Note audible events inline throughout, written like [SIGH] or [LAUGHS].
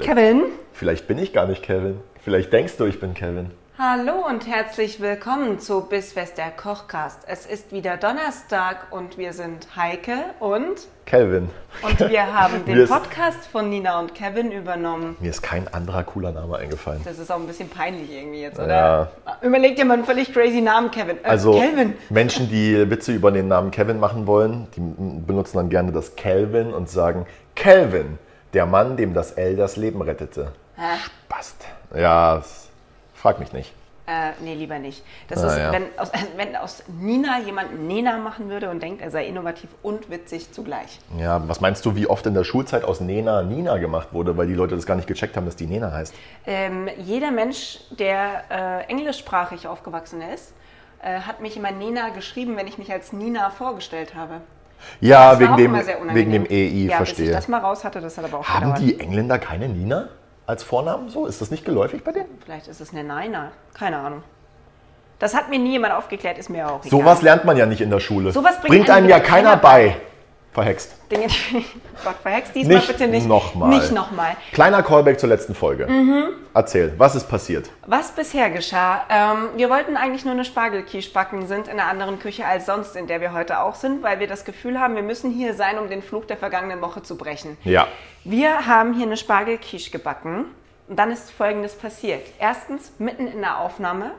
Kevin, Vielleicht bin ich gar nicht Kevin. Vielleicht denkst du, ich bin Kevin. hallo und herzlich willkommen zu Bissfest der Kochcast. Es ist wieder Donnerstag und wir sind Heike und Kelvin. und wir [LAUGHS] haben Mir den ist- Podcast von Nina und Kevin übernommen. Mir ist kein anderer cooler Name eingefallen. Das ist auch ein bisschen peinlich irgendwie jetzt, oder? Überleg dir mal einen völlig crazy Namen, Kevin. Äh, Also Kelvin. Menschen, die Witze über den Namen Kevin machen wollen, die m- benutzen dann gerne das Kelvin und sagen Kelvin, der Mann, dem das L das Leben rettete. Passt. Ja, s- frag mich nicht. Äh, nee, lieber nicht. Das Ah, ist, ja. wenn, aus, wenn aus Nina jemand Nena machen würde und denkt, er sei innovativ und witzig zugleich. Ja, was meinst du, wie oft in der Schulzeit aus Nena Nina gemacht wurde, weil die Leute das gar nicht gecheckt haben, dass die Nena heißt? Ähm, jeder Mensch, der äh, englischsprachig aufgewachsen ist, äh, hat mich immer Nena geschrieben, wenn ich mich als Nina vorgestellt habe. Das Ja, war wegen, auch dem, immer sehr unangenehm. wegen dem EI, ja, Bis verstehe. ich das mal raus hatte, das hat aber auch Haben gedauert. die Engländer keine Nina als Vornamen so? Ist das nicht geläufig bei denen? Vielleicht ist es eine Nina. Keine Ahnung. Das hat mir nie jemand aufgeklärt, ist mir auch egal. Sowas lernt man ja nicht in der Schule. Sowas bringt bringt einem einem ja wirklich keiner keiner bei. Verhext. Dinge, die Gott verhext, diesmal Nicht bitte nicht. nochmal. Nicht nochmal. Kleiner Callback zur letzten Folge. Erzähl, was ist passiert? Was bisher geschah? Ähm, wir wollten eigentlich nur eine Spargelquiche backen, sind in einer anderen Küche als sonst, in der wir heute auch sind, weil wir das Gefühl haben, wir müssen hier sein, um den Flug der vergangenen Woche zu brechen. Ja. Wir haben hier eine Spargelquiche gebacken und dann ist Folgendes passiert. Erstens, mitten in der Aufnahme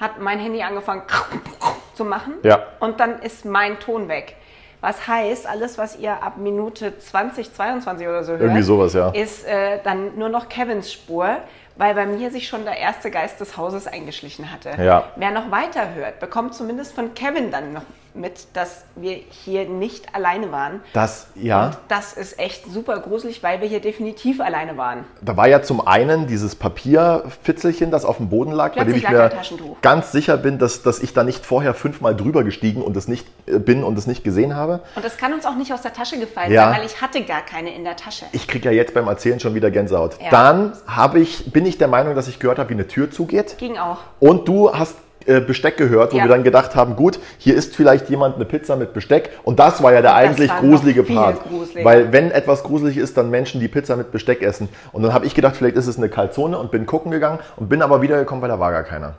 hat mein Handy angefangen [LAUGHS] zu machen Ja. und dann ist mein Ton weg. Was heißt, alles, was ihr ab Minute 20, 22 oder so hört, Irgendwie sowas, ja. ist äh, dann nur noch Kevins Spur, weil bei mir sich schon der erste Geist des Hauses eingeschlichen hatte. Ja. Wer noch weiter hört, bekommt zumindest von Kevin dann noch mit, dass wir hier nicht alleine waren. Das, ja. Und das ist echt super gruselig, weil wir hier definitiv alleine waren. Da war ja zum einen dieses Papierfitzelchen, das auf dem Boden lag, bei dem Plötzlich ich lag mir ein Taschentuch. ganz sicher bin, dass, dass ich da nicht vorher fünfmal drüber gestiegen und es nicht äh, bin und es nicht gesehen habe. Und das kann uns auch nicht aus der Tasche gefallen Ja. sein, weil ich hatte gar keine in der Tasche. Ich kriege ja jetzt beim Erzählen schon wieder Gänsehaut. Ja. Dann habe ich, bin ich der Meinung, dass ich gehört habe, wie eine Tür zugeht. Ging auch. Und du hast äh, Besteck gehört, wo Ja. wir dann gedacht haben, gut, hier ist vielleicht jemand eine Pizza mit Besteck. Und das war ja der Das eigentlich war noch gruselige viel Part. gruseliger. Weil wenn etwas gruselig ist, dann Menschen, die Pizza mit Besteck essen. Und dann habe ich gedacht, vielleicht ist es eine Calzone und bin gucken gegangen und bin aber wiedergekommen, weil da war gar keiner.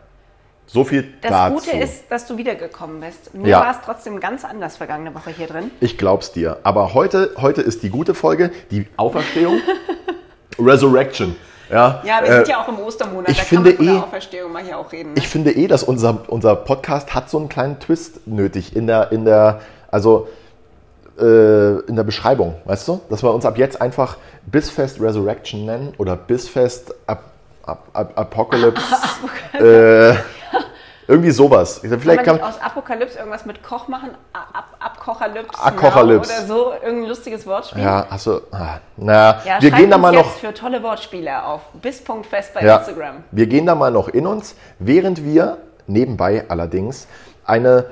So viel Das dazu. Gute ist, dass du wiedergekommen bist. Mir Ja. war es trotzdem ganz anders vergangene Woche hier drin. Ich glaub's dir. Aber heute, heute ist die gute Folge, die [LAUGHS] Auferstehung. Resurrection. Ja, Ja, wir Äh, sind ja auch im Ostermonat. ich da finde kann man von eh- der Auferstehung mal hier auch reden. Ne? ich finde eh, dass unser, unser Podcast hat so einen kleinen Twist nötig in der, in der, also äh, in der Beschreibung, weißt du? Dass wir uns ab jetzt einfach Bissfest Resurrection nennen oder Bissfest Ap Ap Ap [LAUGHS] Apocalypse. äh, irgendwie sowas. Vielleicht kann kann man nicht aus Apokalypse irgendwas mit Koch machen? Ab, Abkochalypse? ne? Akochalypse. Oder so, irgendein lustiges Wortspiel? ja, hast du, ah, naja, Ja, wir schreibt gehen da uns mal jetzt noch. für tolle Wortspiele auf bis.fest bei Ja. Instagram. Wir gehen da mal noch in uns, während wir nebenbei allerdings eine.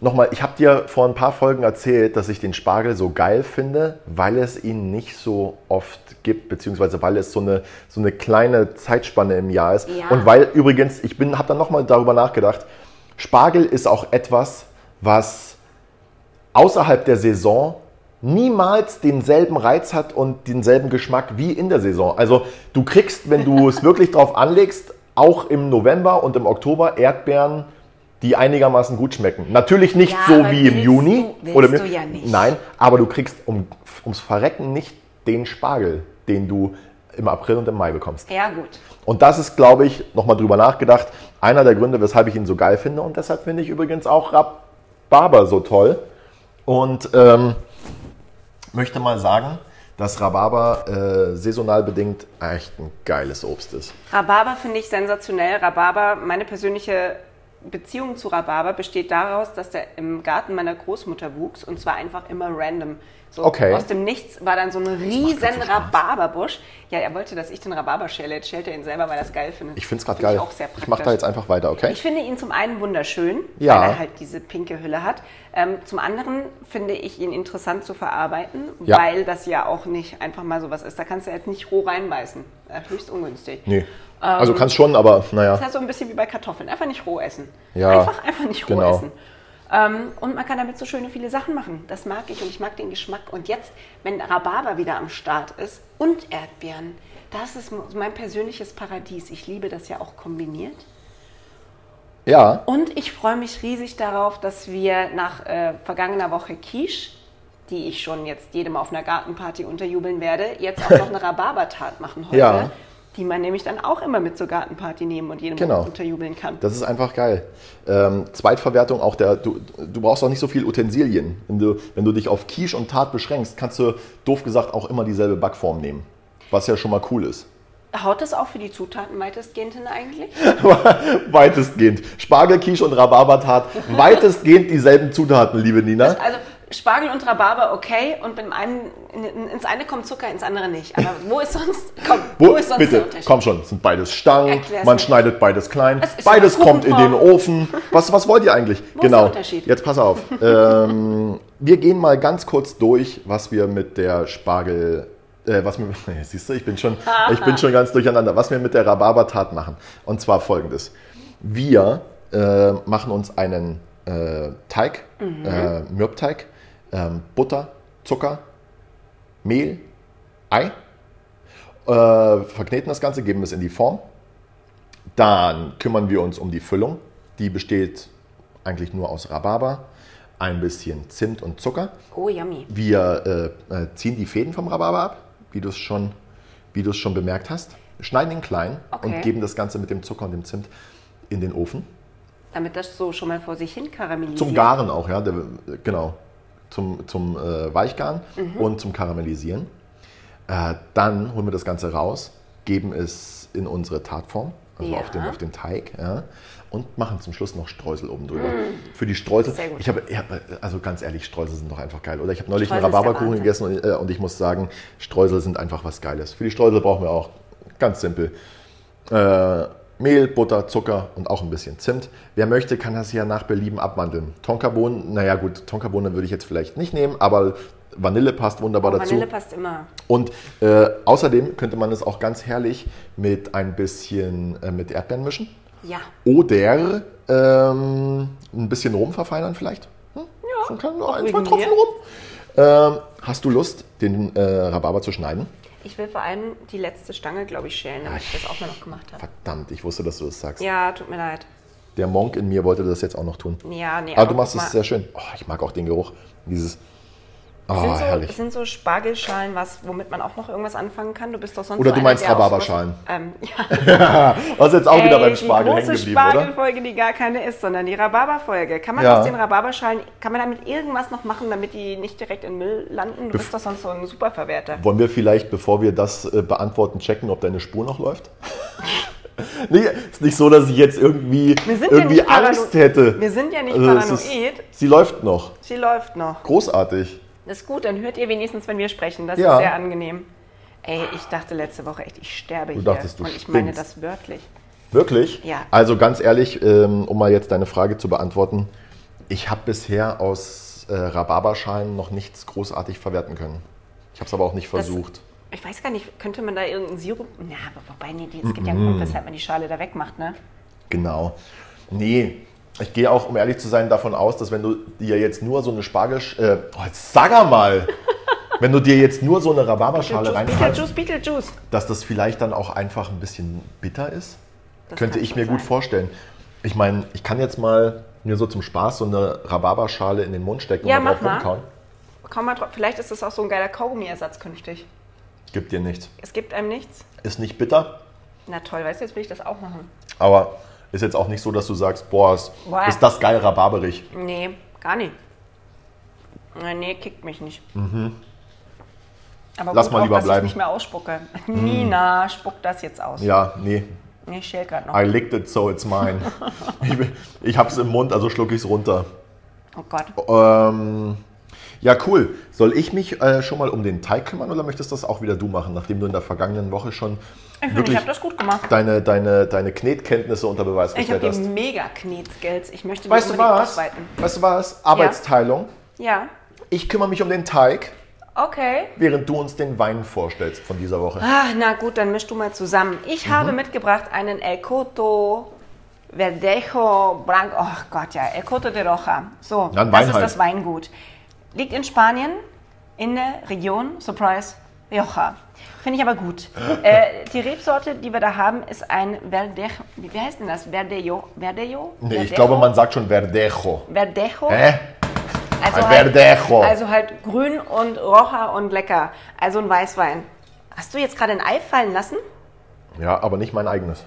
Nochmal, ich habe dir vor ein paar Folgen erzählt, dass ich den Spargel so geil finde, weil es ihn nicht so oft gibt, beziehungsweise weil es so eine, so eine kleine Zeitspanne im Jahr ist. Ja. Und weil übrigens, ich bin, habe dann nochmal darüber nachgedacht, Spargel ist auch etwas, was außerhalb der Saison niemals denselben Reiz hat und denselben Geschmack wie in der Saison. Also du kriegst, wenn [LAUGHS] du es wirklich drauf anlegst, auch im November und im Oktober Erdbeeren, die einigermaßen gut schmecken. Natürlich nicht Ja, so aber wie im willst Juni. du- willst im- du ja nicht. Nein, aber du kriegst um, ums Verrecken nicht den Spargel, den du im April und im Mai bekommst. Ja, gut. Und das ist, glaube ich, nochmal drüber nachgedacht, einer der Gründe, weshalb ich ihn so geil finde. Und deshalb finde ich übrigens auch Rhabarber so toll. Und ähm, möchte mal sagen, dass Rhabarber äh, saisonal bedingt echt ein geiles Obst ist. Rhabarber finde ich sensationell. Rhabarber, meine persönliche Beziehung zu Rhabarber besteht daraus, dass der im Garten meiner Großmutter wuchs und zwar einfach immer random. So Okay. aus dem Nichts war dann so ein riesen Rhabarberbusch. Ja, er wollte, dass ich den Rhabarber schäle. Jetzt schält er ihn selber, weil er es geil findet. Ich finde es gerade Find geil. Ich auch sehr praktisch. ich mache da jetzt einfach weiter, okay? Ich finde ihn zum einen wunderschön, Ja. weil er halt diese pinke Hülle hat. Ähm, zum anderen finde ich ihn interessant zu verarbeiten, Ja. weil das ja auch nicht einfach mal sowas ist. Da kannst du jetzt nicht roh reinbeißen. Äh, höchst ungünstig. nee. Ähm, also kannst schon, aber naja. Das ist halt so ein bisschen wie bei Kartoffeln. Einfach nicht roh essen. Ja. Einfach, einfach nicht roh Genau. essen. Ähm, und man kann damit so schöne viele Sachen machen. Das mag ich und ich mag den Geschmack. Und jetzt, wenn Rhabarber wieder am Start ist und Erdbeeren, das ist mein persönliches Paradies. Ich liebe das ja auch kombiniert. Ja, Und ich freue mich riesig darauf, dass wir nach äh, vergangener Woche Quiche, die ich schon jetzt jedem auf einer Gartenparty unterjubeln werde, jetzt auch noch [LAUGHS] eine Rhabarbertat machen heute, Ja. die man nämlich dann auch immer mit zur Gartenparty nehmen und jedem Genau. unterjubeln kann. das ist einfach geil. Ähm, Zweitverwertung auch der, du, du brauchst auch nicht so viel Utensilien. Wenn du, wenn du dich auf Quiche und Tat beschränkst, kannst du doof gesagt auch immer dieselbe Backform nehmen. Was ja schon mal cool ist. Haut das auch für die Zutaten weitestgehend hin eigentlich? Weitestgehend. Spargel, Quiche und Rhabarbertat. Weitestgehend dieselben Zutaten, liebe Nina. Also Spargel und Rhabarber okay und beim einen, in, in- ins eine kommt Zucker, ins andere nicht. Aber wo ist sonst, komm, wo, ist sonst der bitte, Unterschied? komm schon, es sind beides Stangen, Erklär's man mir. schneidet beides klein, Es ist beides eine kommt in den Kuchenform. Ofen. Was, was wollt ihr eigentlich? Wo ist der genau. Unterschied? Jetzt [LAUGHS] pass auf. ähm, wir gehen mal ganz kurz durch, was wir mit der Spargel. Äh, was wir, [LAUGHS] siehst du, ich bin, schon, ich [LAUGHS] bin schon ganz durcheinander. Was wir mit der Rhabarbertat machen. Und zwar folgendes: Wir äh, machen uns einen äh, Teig, Mhm. äh, Mürbteig, ähm, Butter, Zucker, Mehl, Ei äh, verkneten das Ganze, geben es in die Form. Dann kümmern wir uns um die Füllung. Die besteht eigentlich nur aus Rhabarber, ein bisschen Zimt und Zucker. Oh, yummy. Wir äh, äh, ziehen die Fäden vom Rhabarber ab, wie du es schon, wie du es schon bemerkt hast, schneiden ihn klein Okay. und geben das Ganze mit dem Zucker und dem Zimt in den Ofen. Damit das so schon mal vor sich hin karamellisiert. Zum Garen auch, ja, der, genau. Zum, zum äh, Weichgaren Mhm. und zum Karamellisieren. Äh, dann holen wir das Ganze raus, geben es in unsere Tartform, also Ja. auf, den, auf den Teig, ja, und machen zum Schluss noch Streusel oben drüber. Für die Streusel, Mhm. Sehr gut. ich habe, ich habe, also ganz ehrlich, Streusel sind doch einfach geil, oder? Ich habe neulich Streusel ist einen der Rhabarberkuchen Wahnsinn. gegessen und, äh, und ich muss sagen, Streusel sind einfach was Geiles. Für die Streusel brauchen wir auch, ganz simpel, äh, Mehl, Butter, Zucker und auch ein bisschen Zimt. Wer möchte, kann das ja nach Belieben abwandeln. Tonkabohnen, naja gut, Tonkabohnen würde ich jetzt vielleicht nicht nehmen, aber Vanille passt wunderbar dazu. Vanille passt immer. Und äh, außerdem könnte man es auch ganz herrlich mit ein bisschen äh, mit Erdbeeren mischen. Ja. Oder ähm, ein bisschen Rum verfeinern vielleicht. Hm? Ja, so ein kleiner- ein, zwei wegen Tropfen mir. Rum. Ähm, hast du Lust, den äh, Rhabarber zu schneiden? Ich will vor allem die letzte Stange, glaube ich, schälen, damit ich das auch mal noch gemacht habe. Verdammt, ich wusste, dass du das sagst. Ja, tut mir leid. Der Monk in mir wollte das jetzt auch noch tun. Ja, nee, aber, aber du machst guck es mal. sehr schön. Oh, ich mag auch den Geruch. Dieses. Oh, sind, so, herrlich. sind so Spargelschalen was, womit man auch noch irgendwas anfangen kann? Du bist doch sonst Oder so du einer, meinst der auch sowas- Rhabarberschalen. Ähm, ja. Was jetzt auch wieder Ey, beim Spargel die hängen große geblieben, oder? Spargelfolge, die gar keine ist, sondern die Rhabarberfolge. Kann man Ja. aus den Rhabarberschalen, kann man damit irgendwas noch machen, damit die nicht direkt in Müll landen? Du Bef- bist doch sonst so ein Superverwerter. Wollen wir vielleicht, bevor wir das äh, beantworten, checken, ob deine Spur noch läuft? [LAUGHS] nee, ist nicht so, dass ich jetzt irgendwie, Wir sind ja irgendwie nicht parano- Angst hätte. Also Wir sind ja nicht es paranoid. Ist, sie läuft noch. Sie läuft noch. Großartig. Das ist gut, dann hört ihr wenigstens, wenn wir sprechen. Das Ja. ist sehr angenehm. Ey, ich dachte letzte Woche echt, ich sterbe hier. dachtest, du Und ich meine spinnst. das wörtlich. Wirklich? Ja. Also ganz ehrlich, ähm, um mal jetzt deine Frage zu beantworten, ich habe bisher aus äh, Rhabarberschalen noch nichts großartig verwerten können. Ich habe es aber auch nicht versucht. Ich weiß gar nicht, könnte man da irgendeinen Sirup. Na, aber wobei, nee, die- es gibt ja einen Grund, weshalb man die Schale da wegmacht, ne? Genau. Nee, ich gehe auch, um ehrlich zu sein, davon aus, dass wenn du dir jetzt nur so eine Spargel... Äh, oh, jetzt sag er mal! wenn du dir jetzt nur so eine Rhabarberschale reinschreibst, Beetlejuice, Beetlejuice. dass das vielleicht dann auch einfach ein bisschen bitter ist? Das könnte kann ich schon mir gut sein. vorstellen. Ich meine, ich kann jetzt mal mir so zum Spaß so eine Rhabarberschale in den Mund stecken Ja, und mach mal. rumkauen. Komm mal drauf. Vielleicht ist das auch so ein geiler Kaugummiersatz künftig. Gibt dir nichts. Es gibt einem nichts. Ist nicht bitter, Na toll, weißt du, jetzt will ich das auch machen. aber ist jetzt auch nicht so, dass du sagst, boah, ist, Boah. ist das geil rhabarberig. Nee, gar nicht. Na, nee, kickt mich nicht. Aber Mhm. Lass gut mal auch, lieber dass bleiben. Mm. ich nicht mehr ausspucke. Nina, spuck das jetzt aus. Ja, nee, Nee, ich schäl gerade noch. I licked it, so [LAUGHS] it's mine. ich, bin- ich hab's im Mund, also schluck ich's runter. Oh Gott. Ähm, Ja, cool. Soll ich mich äh, schon mal um den Teig kümmern oder möchtest das auch wieder du machen, nachdem du in der vergangenen Woche schon Ich finde, ich wirklich habe das gut gemacht. deine, deine, deine Knetkenntnisse unter Beweis Ich habe gestellt die hast? mega Knetsgels. Ich möchte die Weißt du unbedingt was? ausweiten. Weißt du was? Arbeitsteilung. Ja. Ich kümmere mich um den Teig, Okay. während du uns den Wein vorstellst von dieser Woche. Ah, na gut, dann misch du mal zusammen. Mhm. Ich habe mitgebracht einen El Coto Verdejo Branco. Ach Gott, ja, El Coto de Roja. So, Na, ein das Wein ist halt. das Weingut. Liegt in Spanien, in der Region, Surprise, Rioja. Finde ich aber [LAUGHS] gut. äh, die Rebsorte, die wir da haben, ist ein Verdejo. Wie wie heißt denn das? Verdejo? Verdejo? Nee, ich Verdejo? glaube, man sagt schon Verdejo. Verdejo? Hä? Also Ein halt, Verdejo. Also halt grün und rocher und lecker. Also ein Weißwein. Hast du jetzt gerade ein Ei fallen lassen? Ja, aber nicht mein eigenes.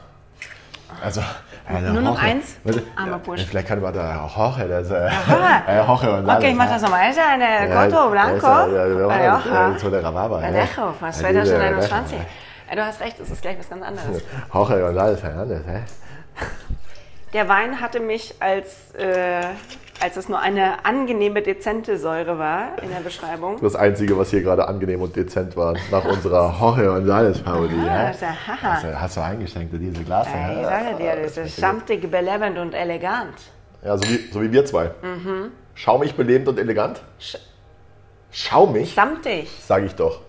Also, also Nur noch Jorge. eins? Warte, Armer Bursch. Vielleicht kann man da Jorge, das. äh, Aha. [LAUGHS] äh, Jorge und Okay, ich mach das nochmal. Ist ja eine Cotto Blanco. Ja, Rioja. das war der Rhabarber. ja. Verdejo, was Ja, äh, diese 2021. Ja, Du hast recht, es ist gleich was ganz anderes. Verdejo. Jorge González Fernández, hä? Der Wein hatte mich, als, äh, als es nur eine angenehme, dezente Säure war in der Beschreibung. Das Einzige, was hier gerade angenehm und dezent war, nach unserer Jorge González-Parodie. hä? Ah, das ist ja haha. Hast du- Hast du eingeschenkt in diese Glas? Ey, Ich sage dir, das ist samtig, belebend und elegant. Ja, so wie, so wie wir zwei. Schaumig, belebend und elegant. Sch- Schaumig, Samtig. sage ich doch.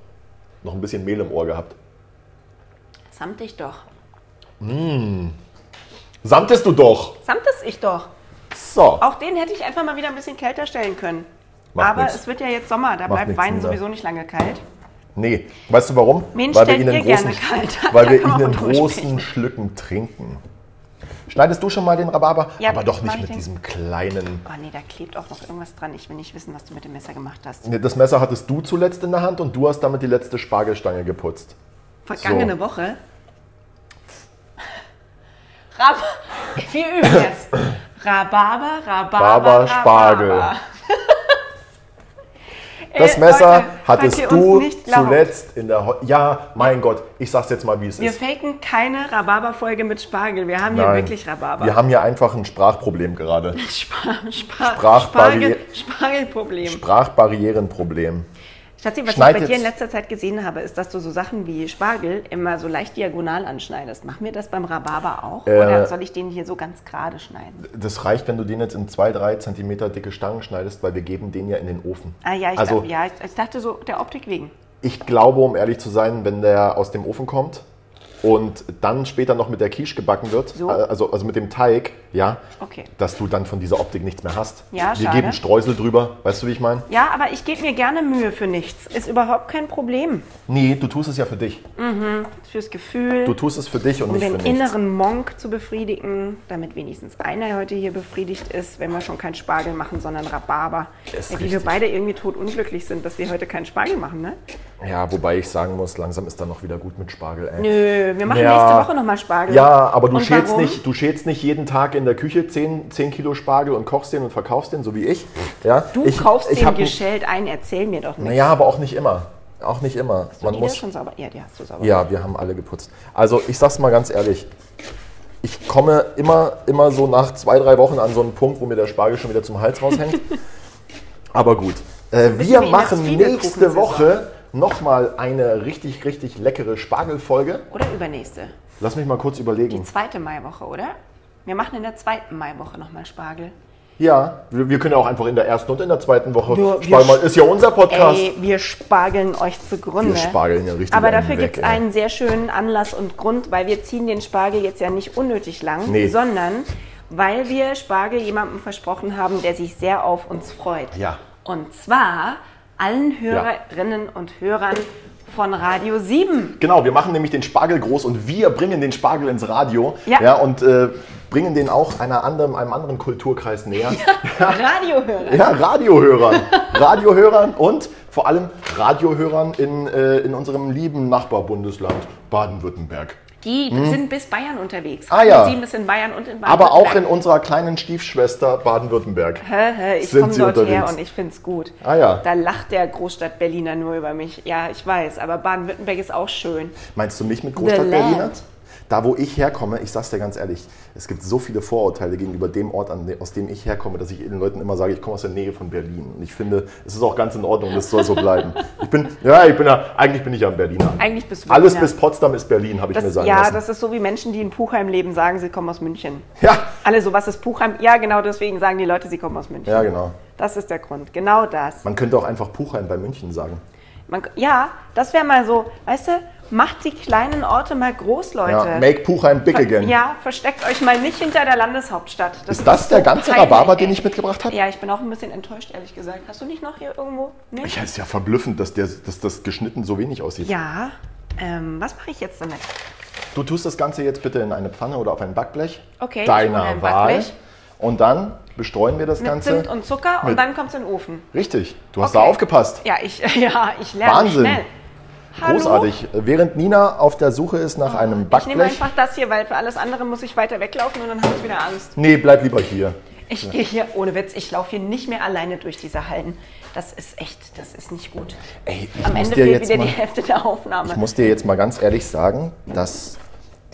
Noch ein bisschen Mehl im Ohr gehabt. Samtig doch. Samtest du doch. Samtes ich doch. So. Auch den hätte ich einfach mal wieder ein bisschen kälter stellen können. Macht Aber nix. es wird ja jetzt Sommer, da bleibt nix, Wein Nina. sowieso nicht lange kalt. Nee, weißt du warum? Wen weil wir stellt ihn in ihr großen, gerne kalt? weil Da [LAUGHS] wir kann man ihn in auch drüber großen sprechen. Schlücken trinken. Schneidest du schon mal den Rhabarber? Ja, Aber doch mach nicht ich mit den. diesem kleinen. Oh nee, da klebt auch noch irgendwas dran. Ich will nicht wissen, was du mit dem Messer gemacht hast. Nee, Das Messer hattest du zuletzt in der Hand und du hast damit die letzte Spargelstange geputzt. Vergangene So. Woche. [LAUGHS] Rab Wir üben jetzt. Rhabarber, Rhabarber, Barber, [LAUGHS] Spargel. Rhabarber. Das Äh, Messer Leute, hattest falls ihr uns du nicht glaubt, zuletzt in der. Ho ja, mein Gott, ich sag's jetzt mal, wie es Wir ist. faken keine Rhabarber-Folge mit Spargel. Wir haben hier Nein. wirklich Rhabarber. [LAUGHS] Wir haben hier einfach ein Sprachproblem gerade. Spar Spar Sprachbarriere- Spargel Spargelproblem. Sprachbarrierenproblem. Schatzi, was Schneid ich bei dir jetzt. in letzter Zeit gesehen habe, ist, dass du so Sachen wie Spargel immer so leicht diagonal anschneidest. Machen wir das beim Rhabarber auch? Äh, Oder soll ich den hier so ganz gerade schneiden? Das reicht, wenn du den jetzt in 2-3 Zentimeter dicke Stangen schneidest, weil wir geben den ja in den Ofen. Ah ja, ich, also ja, ich, ich dachte so der Optik wegen. ich glaube, um ehrlich zu sein, wenn der aus dem Ofen kommt und dann später noch mit der Quiche gebacken wird, So? äh, also, also mit dem Teig, ja, Okay. dass du dann von dieser Optik nichts mehr hast. Ja, wir schade. geben Streusel drüber, weißt du, wie ich meine? Ja, aber ich gebe mir gerne Mühe für nichts. Ist überhaupt kein Problem. Nee, du tust es ja für dich. Fürs Gefühl, Du tust es für dich und um nicht für den nichts. inneren Monk zu befriedigen, damit wenigstens einer heute hier befriedigt ist, wenn wir schon keinen Spargel machen, sondern Rhabarber. Ist Ja, Wie wir richtig. beide irgendwie totunglücklich sind, dass wir heute keinen Spargel machen, ne? Ja, wobei ich sagen muss, langsam ist da noch wieder gut mit Spargel. Ey. Nö, wir machen Ja. nächste Woche nochmal Spargel. Ja, aber du Und schälst, warum? nicht, du schälst nicht jeden Tag in der Küche 10, 10 Kilo Spargel und kochst den und verkaufst den, so wie ich. Ja, Du ich, kaufst ich den hab- geschält ein, erzähl mir doch nicht. Naja, aber auch nicht immer. Auch nicht immer. Man die muss, ist schon sauber. Ja, die hast du sauber. ja, wir haben alle geputzt. Also ich sag's mal ganz ehrlich. Ich komme immer, immer so nach zwei, drei Wochen an so einen Punkt, wo mir der Spargel schon wieder zum [LAUGHS] Hals raushängt. aber gut. Äh, wir wie in der machen nächste Zwiebelkuchensaison. Woche nochmal eine richtig, richtig leckere Spargelfolge. Oder übernächste. Lass mich mal kurz überlegen. Die zweite Maiwoche, oder? Wir machen in der zweiten Maiwoche nochmal Spargel. Ja, wir, wir können ja auch einfach in der ersten und in der zweiten Woche. Wir- wir Spargel ist ja unser Podcast. Ey, wir spargeln euch zugrunde. Wir spargeln ja richtig Aber einen dafür weg, gibt es ey. einen sehr schönen Anlass und Grund, weil wir ziehen den Spargel jetzt ja nicht unnötig lang, Nee. sondern weil wir Spargel jemandem versprochen haben, der sich sehr auf uns freut. Ja. Und zwar allen Hörerinnen und Hörern von Radio 7. Genau, wir machen nämlich den Spargel groß und wir bringen den Spargel ins Radio. Ja. und äh, bringen den auch einer anderen, einem anderen Kulturkreis näher. Radiohörer. [LAUGHS] Ja, Radiohörern. Radiohörern und vor allem Radiohörern in, äh, in unserem lieben Nachbarbundesland Baden-Württemberg. Die sind bis Bayern unterwegs. Hm. Ah, ja. Radio 7 ist in Bayern und in Bayern. Aber auch in unserer kleinen Stiefschwester Baden-Württemberg. Äh, Ich sind komme sie dort her unterwegs. und ich finde es gut. Ah, ja. Da lacht der Großstadt-Berliner nur über mich. Ja, ich weiß, aber Baden-Württemberg ist auch schön. Meinst du mich mit The Großstadt-Berliner? Land. Da, wo ich herkomme, ich sag's dir ganz ehrlich, es gibt so viele Vorurteile gegenüber dem Ort, an, de- aus dem ich herkomme, dass ich den Leuten immer sage, ich komme aus der Nähe von Berlin. Und ich finde, es ist auch ganz in Ordnung, das soll [LAUGHS] so bleiben. Ich bin, ja, ich bin ja, eigentlich bin ich ja ein Berliner. Eigentlich bist du Alles Berliner. bis Potsdam ist Berlin, habe ich mir Das, sagen ja, lassen. das ist so wie Menschen, die in Puchheim leben, sagen, sie kommen aus München. ja, Alle so, was ist Puchheim? Ja, genau deswegen sagen die Leute, sie kommen aus München. ja, genau. Das ist der Grund, genau das. Man könnte auch einfach Puchheim bei München sagen. Man, ja, das wäre mal so, weißt du, macht die kleinen Orte mal groß, Ja, Leute. make Puchheim big again. Ja, versteckt euch mal nicht hinter der Landeshauptstadt. Ist das der ganze peinlich, Rhabarber, den ey. ich mitgebracht habe? Ja, ich bin auch ein bisschen enttäuscht, ehrlich gesagt. Hast du nicht noch hier irgendwo? Nee? Ja, ist ja verblüffend, dass, der, dass das geschnitten so wenig aussieht. Ja. Ähm, was mache ich jetzt damit? Du tust das Ganze jetzt bitte in eine Pfanne oder auf ein Backblech. Okay, ich hole Deiner ein Wahl. Backblech. Und dann bestreuen wir das Mit Ganze. Zimt und Zucker und mit- dann kommt es in den Ofen. Richtig, du hast Okay. da aufgepasst. Ja, ich, [LAUGHS] ja, ich lerne Wahnsinn. schnell. Hallo? Oh, Großartig. Während Nina auf der Suche ist nach einem Ich nehme Backblech. einfach das hier, weil für alles andere muss ich weiter weglaufen und dann habe ich wieder Angst. Nee, bleib lieber hier. Ich gehe hier, ohne Witz, ich laufe hier nicht mehr alleine durch diese Hallen. Das ist echt, das ist nicht gut. Ey, ich Am muss Ende dir fehlt jetzt wieder mal, die Hälfte der Ich Aufnahme. muss dir jetzt mal ganz ehrlich sagen, dass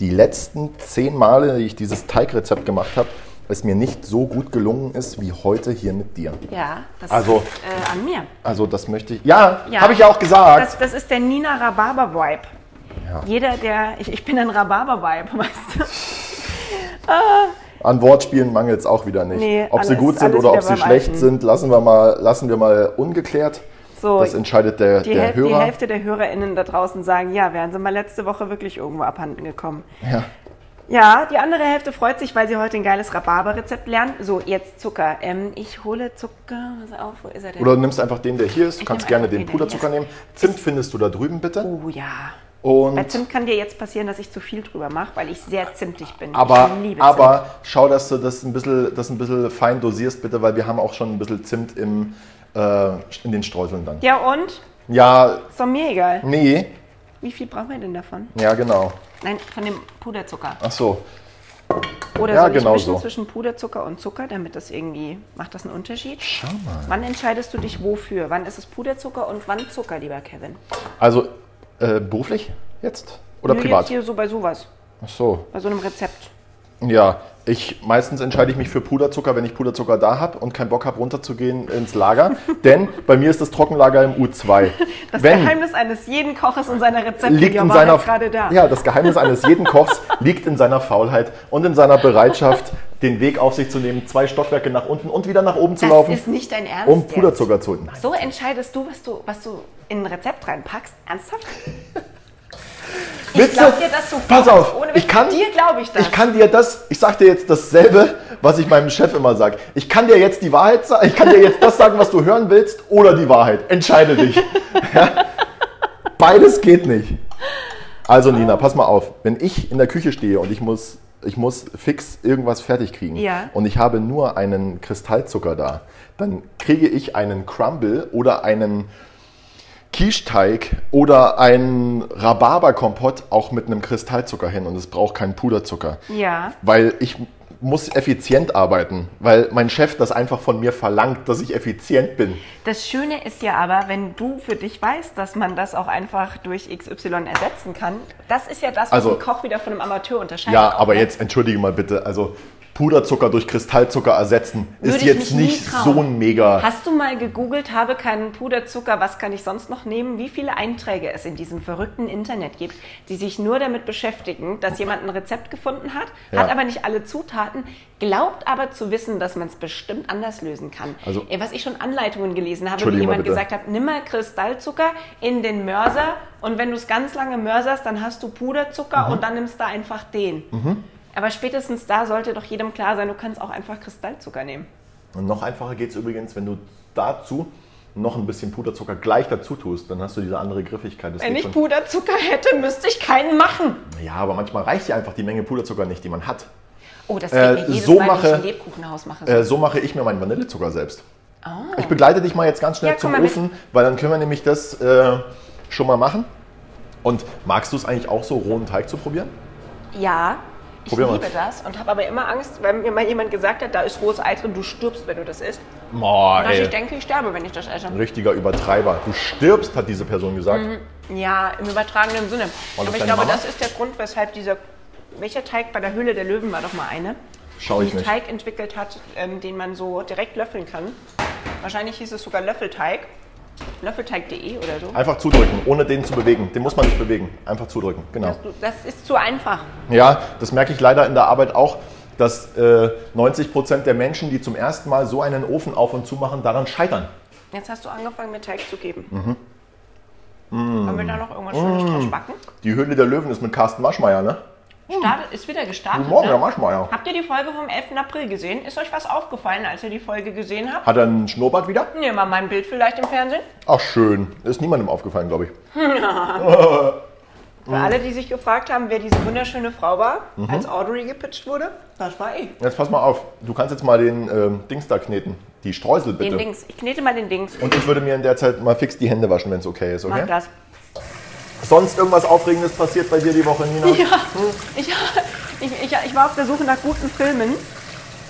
die letzten zehn Male, die ich dieses Teigrezept gemacht habe, es mir nicht so gut gelungen ist wie heute hier mit dir. Ja, das Also- ist äh, an mir. Also das möchte ich. Ja, Ja. habe ich ja auch gesagt. Das, das ist der Nina Rhabarber Vibe. Jeder, der. Ich, ich bin ein Rhabarber Vibe, [LAUGHS] weißt du? An Wortspielen mangelt es auch wieder nicht. Nee, ob sie alles- gut sind alles oder wieder ob sie beim schlecht Alten. sind, lassen wir mal, lassen wir mal ungeklärt. So, das entscheidet der, Die, der Häl die Hörer. Hälfte der HörerInnen da draußen sagen, ja, wären sie mal letzte Woche wirklich irgendwo abhanden gekommen. Ja. Ja, die andere Hälfte freut sich, weil sie heute ein geiles Rhabarber-Rezept lernt. So, jetzt Zucker. Ähm, ich hole Zucker. Pass auf, wo ist er denn? Oder du nimmst einfach den, der hier ist. Du Ich kannst nehme gerne einfach den den, der Puderzucker hier nehmen. Zimt findest du da drüben bitte. oh ja. Bei Und, Zimt kann dir jetzt passieren, dass ich zu viel drüber mache, weil ich sehr zimtig bin. aber ich liebe Zimt. aber schau, dass du das ein, bisschen, das ein bisschen fein dosierst bitte, weil wir haben auch schon ein bisschen Zimt im, äh, in den Streuseln dann. Ja, und? Ja, Ist doch mir egal. nee. Wie viel brauchen wir denn davon? Ja, genau. Nein, von dem Puderzucker. Ach so. Oder Ja, soll ich genau mischen so. zwischen Puderzucker und Zucker, damit das irgendwie, macht das einen Unterschied? Schau mal. Wann entscheidest du dich wofür? Wann ist es Puderzucker und wann Zucker, lieber Kevin? Also äh, beruflich jetzt? Oder Nur privat? Jetzt hier so bei sowas, Ach so. bei so einem Rezept. Ja, ich meistens entscheide ich mich für Puderzucker, wenn ich Puderzucker da habe und keinen Bock habe, runterzugehen ins Lager. [LAUGHS] Denn bei mir ist das Trockenlager im U2. Das Geheimnis eines jeden Koches und seiner Rezepte liegt die in waren seiner halt gerade da. Ja, das Geheimnis eines jeden [LAUGHS] Kochs liegt in seiner Faulheit und in seiner Bereitschaft, den Weg auf sich zu nehmen, zwei Stockwerke nach unten und wieder nach oben zu das laufen, ist nicht dein Ernst. um jetzt. Puderzucker zu holen. So entscheidest du, was du, was du in ein Rezept reinpackst. Ernsthaft? Witze? glaub dir das sofort. Pass auf, Ohne Witz, ich kann, dir glaub ich das. Ich kann dir das, ich sag dir jetzt dasselbe, was ich meinem Chef immer sage. Ich kann dir jetzt die Wahrheit sagen, ich kann dir jetzt das sagen, was du hören willst, oder die Wahrheit. Entscheide dich. [LAUGHS] Ja? Beides geht nicht. Also Nina, pass mal auf. Wenn ich in der Küche stehe und ich muss, ich muss fix irgendwas fertig kriegen Ja. und ich habe nur einen Kristallzucker da, dann kriege ich einen Crumble oder einen Quicheteig oder einen Rhabarberkompott auch mit einem Kristallzucker hin und es braucht keinen Puderzucker. Ja. Weil ich muss effizient arbeiten, weil mein Chef das einfach von mir verlangt, dass ich effizient bin. Das Schöne ist ja aber, wenn du für dich weißt, dass man das auch einfach durch XY ersetzen kann, das ist ja das, was Also- ein Koch wieder von einem Amateur unterscheidet. Ja, auch, aber ne? jetzt entschuldige mal bitte, also Puderzucker durch Kristallzucker ersetzen Würde ist ich jetzt mich nie nicht trauen. so ein mega. Hast du mal gegoogelt, habe keinen Puderzucker, was kann ich sonst noch nehmen? Wie viele Einträge es in diesem verrückten Internet gibt, die sich nur damit beschäftigen, dass jemand ein Rezept gefunden hat, Ja. hat aber nicht alle Zutaten, glaubt aber zu wissen, dass man es bestimmt anders lösen kann. Also- Ey, was ich schon Anleitungen gelesen habe, wo Entschuldige mal jemand bitte. gesagt hat, nimm mal Kristallzucker in den Mörser und wenn du es ganz lange mörserst, dann hast du Mhm. Puderzucker und dann nimmst du einfach den. Aber spätestens da sollte doch jedem klar sein, du kannst auch einfach Kristallzucker nehmen. Und noch einfacher geht es übrigens, wenn du dazu noch ein bisschen Puderzucker gleich dazu tust, dann hast du diese andere Griffigkeit. Das Wenn geht ich schon. Puderzucker hätte, müsste ich keinen machen. ja, aber manchmal reicht ja einfach die Menge Puderzucker nicht, die man hat. Oh, das Äh, geht mir jedes so Mal, mache- wenn ich ein Lebkuchenhaus mache. Äh, so mache ich mir meinen Vanillezucker selbst. Ich begleite dich mal jetzt ganz schnell Ah. Ja, komm mal zum mit. Ofen, weil dann können wir nämlich das äh, schon mal machen. Und magst du es eigentlich auch so, rohen Teig zu probieren? ja, ich Probier mal. liebe das und habe aber immer Angst, wenn mir mal jemand gesagt hat, da ist rohes Ei drin, du stirbst, wenn du das isst. Boah, Dass ich denke, ich sterbe, wenn ich das esse. Ein richtiger Übertreiber. Du stirbst, Mhm. hat diese Person gesagt. Ja, im übertragenen Sinne. das aber ich deine glaube, Mama? das ist der Grund, weshalb dieser welcher Teig bei der Höhle der Löwen war doch mal eine, Schau ich die nicht. Teig entwickelt hat, ähm, den man so direkt löffeln kann. Wahrscheinlich hieß es sogar Löffelteig. Löffelteig.de oder so. Einfach zudrücken, ohne den zu bewegen. Den muss man nicht bewegen. Einfach zudrücken, genau. Das, das ist zu einfach. Ja, das merke ich leider in der Arbeit auch, dass äh, 90% der Menschen, die zum ersten Mal so einen Ofen auf und zu machen, daran scheitern. Jetzt hast du angefangen, mir Teig zu geben. Mhm. Können wir da noch irgendwas Schönes draus backen? Die Höhle der Löwen ist mit Carsten Maschmeyer, ne? Startet, ist wieder gestartet. Guten Morgen, ne? Herr Maschmeyer. Habt ihr die Folge vom 11. April gesehen? Ist euch was aufgefallen, als ihr die Folge gesehen habt? Hat er einen Schnurrbart wieder? Habt ihr mal mein Bild vielleicht im Fernsehen? Ach schön, ist niemandem aufgefallen, glaube ich. Mhm. Für alle, die sich gefragt haben, wer diese wunderschöne Frau war, als Audrey gepitcht wurde, das war ich. Jetzt pass mal auf, du kannst jetzt mal den ähm, Dings da kneten. Die Streusel Den bitte. Dings. Ich knete mal den Dings. Und ich würde mir in der Zeit mal fix die Hände waschen, wenn es okay ist, Mach okay? das. Sonst irgendwas Aufregendes passiert bei dir die Woche, Nina? Ja, ich, [LAUGHS] ich, ich, ich war auf der Suche nach guten Filmen.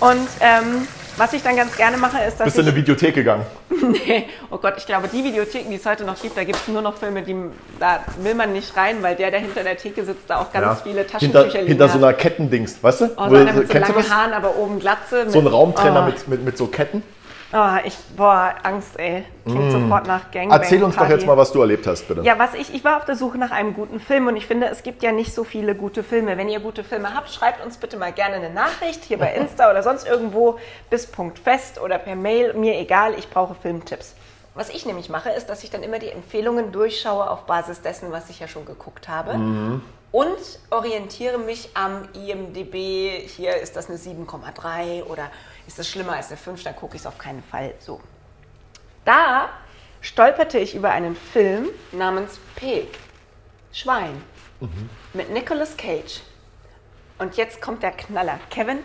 Und ähm, was ich dann ganz gerne mache, ist, dass Bist du ich... in eine Videothek gegangen? Nee, oh Gott, ich glaube, die Videotheken, die es heute noch gibt, da gibt es nur noch Filme, die, da will man nicht rein, weil der, der hinter der Theke sitzt, da auch ganz viele Taschentücher hinter, liegen hinter hat. so einer Kettendings, weißt du? Oh, Wo- so einer mit so kennst du langen das? Haaren, aber oben Glatze. So ein Raumtrenner oh, mit, mit, mit so Ketten. Oh, ich, boah, Angst, ey. Klingt sofort nach Gangbang. Mm. Erzähl uns doch Party. jetzt mal, was du erlebt hast, bitte. Ja, was ich, ich war auf der Suche nach einem guten Film und ich finde, es gibt ja nicht so viele gute Filme. Wenn ihr gute Filme habt, schreibt uns bitte mal gerne eine Nachricht hier bei Insta oder sonst irgendwo bis Punkt fest oder per Mail, mir egal, ich brauche Filmtipps. Was ich nämlich mache, ist, dass ich dann immer die Empfehlungen durchschaue auf Basis dessen, was ich ja schon geguckt habe. Und orientiere mich am IMDB. Hier ist das eine 7,3 oder ist das schlimmer als eine 5, dann gucke ich es auf keinen Fall so. Da stolperte ich über einen Film namens P. Schwein mit Nicolas Cage. Und jetzt kommt der Knaller. Kevin,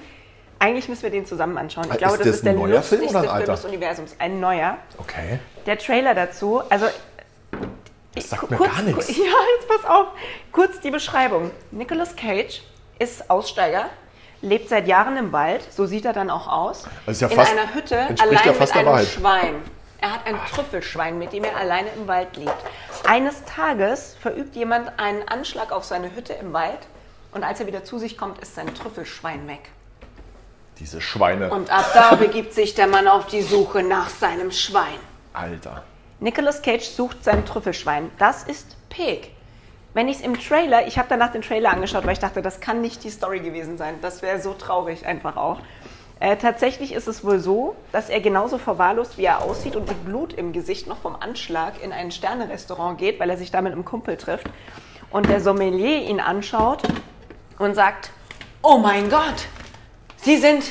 eigentlich müssen wir den zusammen anschauen. Ich Ah, Ist glaube, das, das ist der ein neuer Film lustigste oder ein Film alter? des Universums. Ein neuer. Okay. Der Trailer dazu, also. Das ich- sagt mir kurz, gar [LAUGHS] nichts. Ja, jetzt pass auf. Kurz die Beschreibung. Nicolas Cage ist Aussteiger, lebt seit Jahren im Wald, so sieht er dann auch aus. Das ist ja in fast- einer Hütte, entspricht allein ja mit fast der einem Wahrheit. Schwein. Er hat ein Trüffelschwein, mit dem er alleine im Wald lebt. Eines Tages verübt jemand einen Anschlag auf seine Hütte im Wald und als er wieder zu sich kommt, ist sein Trüffelschwein weg. Diese Schweine. Und ab [LAUGHS] da begibt sich der Mann auf die Suche nach seinem Schwein. Alter. Nicolas Cage sucht sein Trüffelschwein. Das ist Pig. Wenn ich es im Trailer, ich habe danach den Trailer angeschaut, weil ich dachte, das kann nicht die Story gewesen sein. Das wäre so traurig einfach auch. Äh, tatsächlich ist es wohl so, dass er genauso verwahrlost, wie er aussieht und mit Blut im Gesicht noch vom Anschlag in ein Sternerestaurant geht, weil er sich da mit einem Kumpel trifft. Und der Sommelier ihn anschaut und sagt, oh mein Gott, Sie sind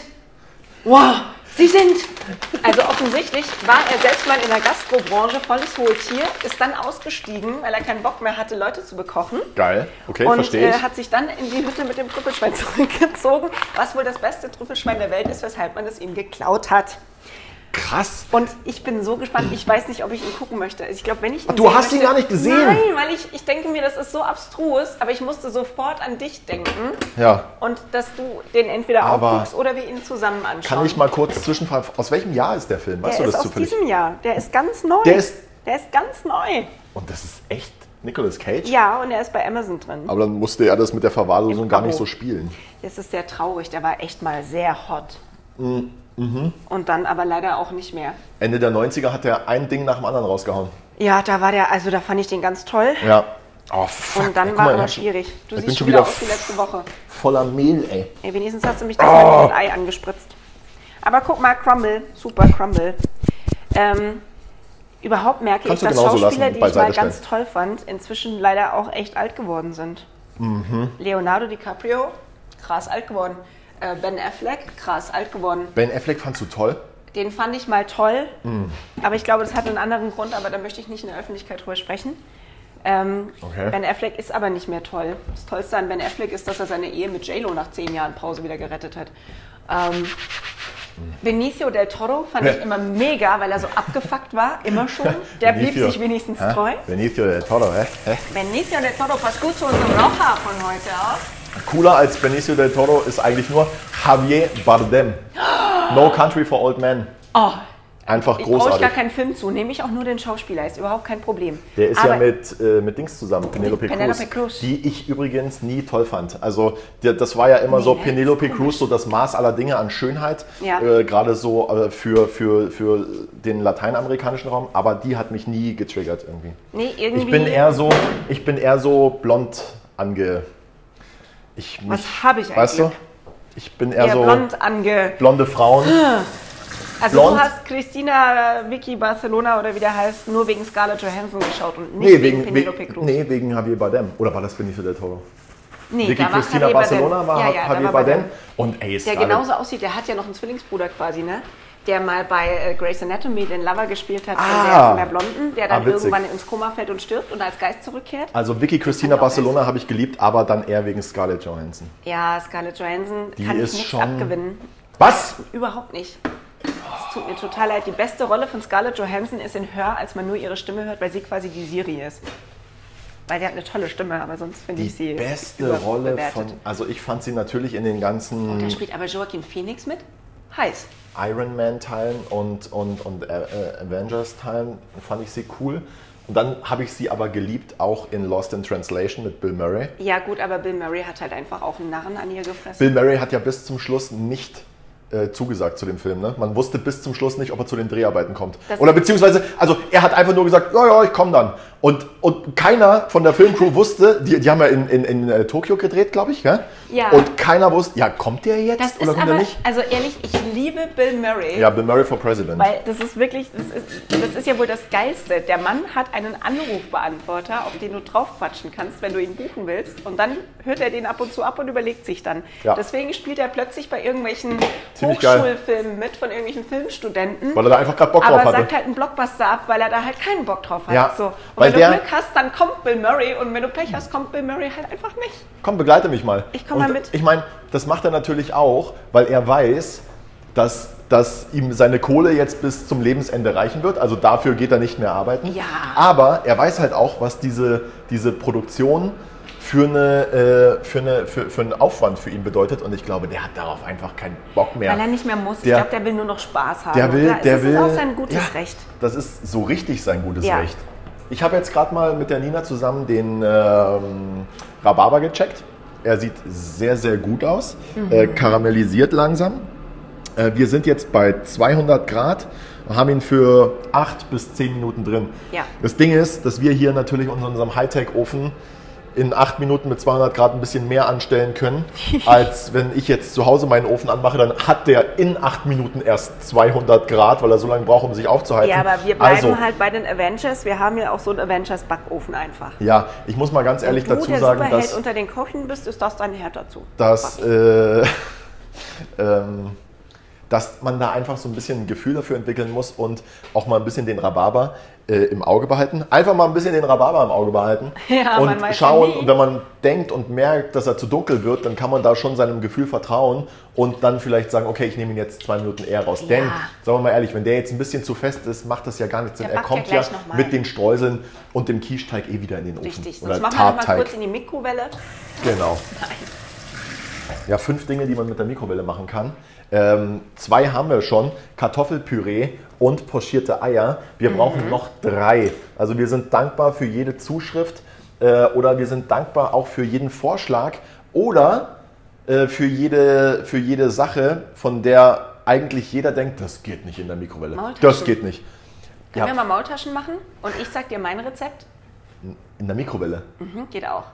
Wow, Sie sind! Also offensichtlich war er selbst mal in der Gastrobranche volles hohe Tier, ist dann ausgestiegen, weil er keinen Bock mehr hatte, Leute zu bekochen. Geil. Okay, und verstehe äh, ich. hat sich dann in die Hütte mit dem Trüffelschwein [LAUGHS] zurückgezogen, was wohl das beste Trüffelschwein der Welt ist, weshalb man es ihm geklaut hat. Krass. Und ich bin so gespannt, ich weiß nicht, ob ich ihn gucken möchte. Also Ich glaube, wenn ich ihn du sehen hast ihn möchte- gar nicht gesehen? Nein, weil ich, ich denke mir, das ist so abstrus, aber ich musste sofort an dich denken Ja. und dass du den entweder Aber aufguckst oder wir ihn zusammen anschauen. Kann ich mal kurz zwischenfragen, aus welchem Jahr ist der Film? Weißt Der du ist das aus zufällig? diesem Jahr. Der ist ganz neu. Der ist- der ist ganz neu. Und das ist echt Nicolas Cage? Ja, und er ist bei Amazon drin. Aber dann musste er das mit der Verwahrlosung Im gar nicht Abo. so spielen. Das ist sehr traurig. Der war echt mal sehr hot. Mm, mhm. Und dann aber leider auch nicht mehr. Ende der 90er hat er ein Ding nach dem anderen rausgehauen. Ja, da war der, also da fand ich den ganz toll. Ja. Oh, fuck. Und dann Ey, guck war mal, aber ich- schwierig. Du ich siehst schon bin schon wieder wieder aus wie letzte Woche. Voller Mehl, ey. Ey, wenigstens hast du mich das mal mit Ei angespritzt. Aber guck mal, Crumble, super Crumble. Ähm, überhaupt merke Kannst ich, du dass genauso Schauspieler, lassen, die ich mal beiseite ganz toll fand, inzwischen leider auch echt alt geworden sind. Mhm. Leonardo DiCaprio, krass alt geworden. Äh, Ben Affleck, krass alt geworden. Ben Affleck fandst du toll? Den fand ich mal toll, Mm. aber ich glaube, das hat einen anderen Grund, aber da möchte ich nicht in der Öffentlichkeit drüber sprechen. Ähm, Okay. Ben Affleck ist aber nicht mehr toll. Das Tollste an Ben Affleck ist, dass er seine Ehe mit J-Lo nach zehn Jahren Pause wieder gerettet hat. Ähm, Hm. Benicio del Toro fand ich immer mega, weil er so abgefuckt war, immer schon. Der blieb Benicio. sich wenigstens Hä? treu. Benicio del Toro, hä? hä? Benicio del Toro passt gut zu unserem Rocher von heute aus. Cooler als Benicio del Toro ist eigentlich nur Javier Bardem. No Country for Old Men. Oh, Einfach Brauche ich gar großartig. keinen Film zu, nehme ich auch nur den Schauspieler, ist überhaupt kein Problem. Der ist Aber ja mit, äh, mit Dings zusammen, Penelope, Penelope Cruz, Cruz. die ich übrigens nie toll fand. Also der, das war ja immer so ne? Penelope Cruz, so das Maß aller Dinge an Schönheit, Ja. äh, gerade so äh, für, für, für den lateinamerikanischen Raum, aber die hat mich nie getriggert irgendwie. Nee, irgendwie. Ich bin eher so, ich bin eher so blond ange... Ich mich, Was habe ich Weißt du? eigentlich? Ich bin eher eher so blond ange. blonde Frauen. Also blond? du hast Christina äh, Vicky Barcelona oder wie der heißt, nur wegen Scarlett Johansson geschaut und nicht Nee, wegen, wegen, Penelope wegen, Cruz. nee, wegen Javier Bardem. Oder war das Benito del Toro? Nee, Vicky da war Cristina Javier Bardem. Barcelona war Ja, ja, da Javier war Bardem. Bardem. Und Ace. Der genauso aussieht, der hat ja noch einen Zwillingsbruder quasi, ne? Der mal bei äh, Grey's Anatomy den Lover gespielt hat, Ah. von, der, von der Blonden, der dann Ah, witzig. irgendwann ins Koma fällt und stirbt und als Geist zurückkehrt. Also Vicky Kann ich Cristina auch Barcelona habe ich geliebt, aber dann eher wegen Scarlett Johansson. Ja, Scarlett Johansson Die kann ich ist nichts schon- abgewinnen. Was? Überhaupt nicht. Es tut mir total leid. Die beste Rolle von Scarlett Johansson ist in Hör, als man nur ihre Stimme hört, weil sie quasi die Siri ist. Weil sie hat eine tolle Stimme, aber sonst finde Die ich sie beste Rolle überbewertet. Oh, von. Also ich fand sie natürlich in den ganzen Da spielt aber Joaquin Phoenix mit. Heiß. Iron Man-Teilen und, und, und äh, äh, Avengers-Teilen fand ich sie cool. Und dann habe ich sie aber geliebt, auch in Lost in Translation mit Bill Murray. Ja gut, aber Bill Murray hat halt einfach auch einen Narren an ihr gefressen. Bill Murray hat ja bis zum Schluss nicht äh, zugesagt zu dem Film. Ne? Man wusste bis zum Schluss nicht, ob er zu den Dreharbeiten kommt. Das- Oder beziehungsweise, also er hat einfach nur gesagt, ja, ja, ich komme dann. Und, und keiner von der Filmcrew wusste, die, die haben ja in, in, in äh, Tokio gedreht, glaube ich, gell? Ja. Und keiner wusste, ja, kommt der jetzt Das ist oder kommt aber, er nicht? also ehrlich, ich liebe Bill Murray. Ja, Bill Murray for President. Weil das ist wirklich, das ist, das ist ja wohl das Geilste. Der Mann hat einen Anrufbeantworter, auf den du draufquatschen kannst, wenn du ihn buchen willst. Und dann hört er den ab und zu ab und überlegt sich dann. Ja. Deswegen spielt er plötzlich bei irgendwelchen Ziemlich geil. Hochschulfilmen mit von irgendwelchen Filmstudenten. Weil er da einfach gerade Bock aber drauf hatte. sagt halt einen Blockbuster ab, weil er da halt keinen Bock drauf hat. Ja, So. Und weil wenn der- du Glück hast, dann kommt Bill Murray. Und wenn du Pech hast, kommt Bill Murray halt einfach nicht. Komm, begleite mich mal. Ich komm Und mal mit. Ich meine, das macht er natürlich auch, weil er weiß, dass, dass ihm seine Kohle jetzt bis zum Lebensende reichen wird. Also dafür geht er nicht mehr arbeiten. Ja. Aber er weiß halt auch, was diese, diese Produktion für, eine, äh, für, eine, für, für einen Aufwand für ihn bedeutet. Und ich glaube, der hat darauf einfach keinen Bock mehr. Weil er nicht mehr muss. Der- ich glaube, der will nur noch Spaß haben. Der Und will, da ist der es will. auch sein gutes ja, Recht. Das ist so richtig sein gutes Ja. Recht. Ich habe jetzt gerade mal mit der Nina zusammen den ähm, Rhabarber gecheckt. Er sieht sehr, sehr gut aus. Mhm. Äh, karamellisiert langsam. Äh, wir sind jetzt bei 200 Grad und haben ihn für 8 bis 10 Minuten drin. Ja. Das Ding ist, dass wir hier natürlich in unserem Hightech-Ofen in 8 Minuten mit 200 Grad ein bisschen mehr anstellen [LAUGHS] können, als wenn ich jetzt zu Hause meinen Ofen anmache, dann hat der in 8 Minuten erst 200 Grad, weil er so lange braucht, um sich aufzuheizen. Ja, aber wir bleiben also, halt bei den Avengers. Wir haben ja auch so einen Avengers-Backofen einfach. Ja, ich muss mal ganz ehrlich Wenn du dazu der sagen, Superheld dass, unter den Kochen bist, ist das dein Herd dazu. dass, äh, [LAUGHS] ähm, dass man da einfach so ein bisschen ein Gefühl dafür entwickeln muss und auch mal ein bisschen den Rhabarber äh, im Auge behalten. Einfach mal ein bisschen den Rhabarber im Auge behalten [LAUGHS] Ja, und man weiß schauen. ja nie. Und wenn man denkt und merkt, dass er zu dunkel wird, dann kann man da schon seinem Gefühl vertrauen und dann vielleicht sagen, okay, ich nehme ihn jetzt zwei Minuten eher raus. Denn, sagen wir mal ehrlich, wenn der jetzt ein bisschen zu fest ist, macht das ja gar nichts Sinn. Der Er backt kommt ja ja, gleich noch mal. mit den Streuseln und dem Quicheteig eh wieder in den Ofen. Richtig. Oder Sonst machen wir noch mal Tartteig. kurz in die Mikrowelle. Genau. Ja, fünf Dinge, die man mit der Mikrowelle machen kann. Ähm, zwei haben wir schon: Kartoffelpüree und pochierte Eier. Wir brauchen Mhm. noch drei. Also, wir sind dankbar für jede Zuschrift äh, oder wir sind dankbar auch für jeden Vorschlag oder äh, für, jede, für jede Sache, von der eigentlich jeder denkt, das geht nicht in der Mikrowelle. Maultaschen. Das geht nicht. Können Ja. wir mal Maultaschen machen? Und ich sag dir mein Rezept. In der Mikrowelle. Mhm, geht auch.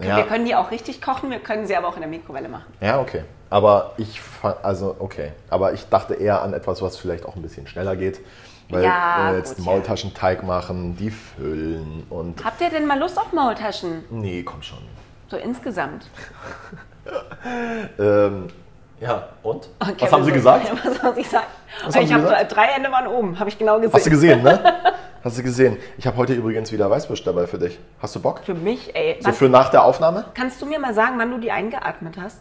Ja. Wir können die auch richtig kochen, wir können sie aber auch in der Mikrowelle machen. Ja, okay. Aber ich fa- also okay. Aber ich dachte eher an etwas, was vielleicht auch ein bisschen schneller geht. Weil Ja, wenn wir gut, jetzt einen ja. Maultaschenteig machen, die füllen und. Habt ihr denn mal Lust auf Maultaschen? Nee, komm schon. So insgesamt. Ähm, ja, [LAUGHS] und? Und Was Kevin haben sie so, gesagt? [LAUGHS] Was haben sie gesagt? haben ich sie habe gesagt? drei Ende waren oben, habe ich genau gesehen. Hast du gesehen, ne? [LAUGHS] Hast du gesehen? Ich habe heute übrigens wieder Weißwurst dabei für dich. Hast du Bock? Für mich, ey. So was- für nach der Aufnahme? Kannst du mir mal sagen, wann du die eingeatmet hast?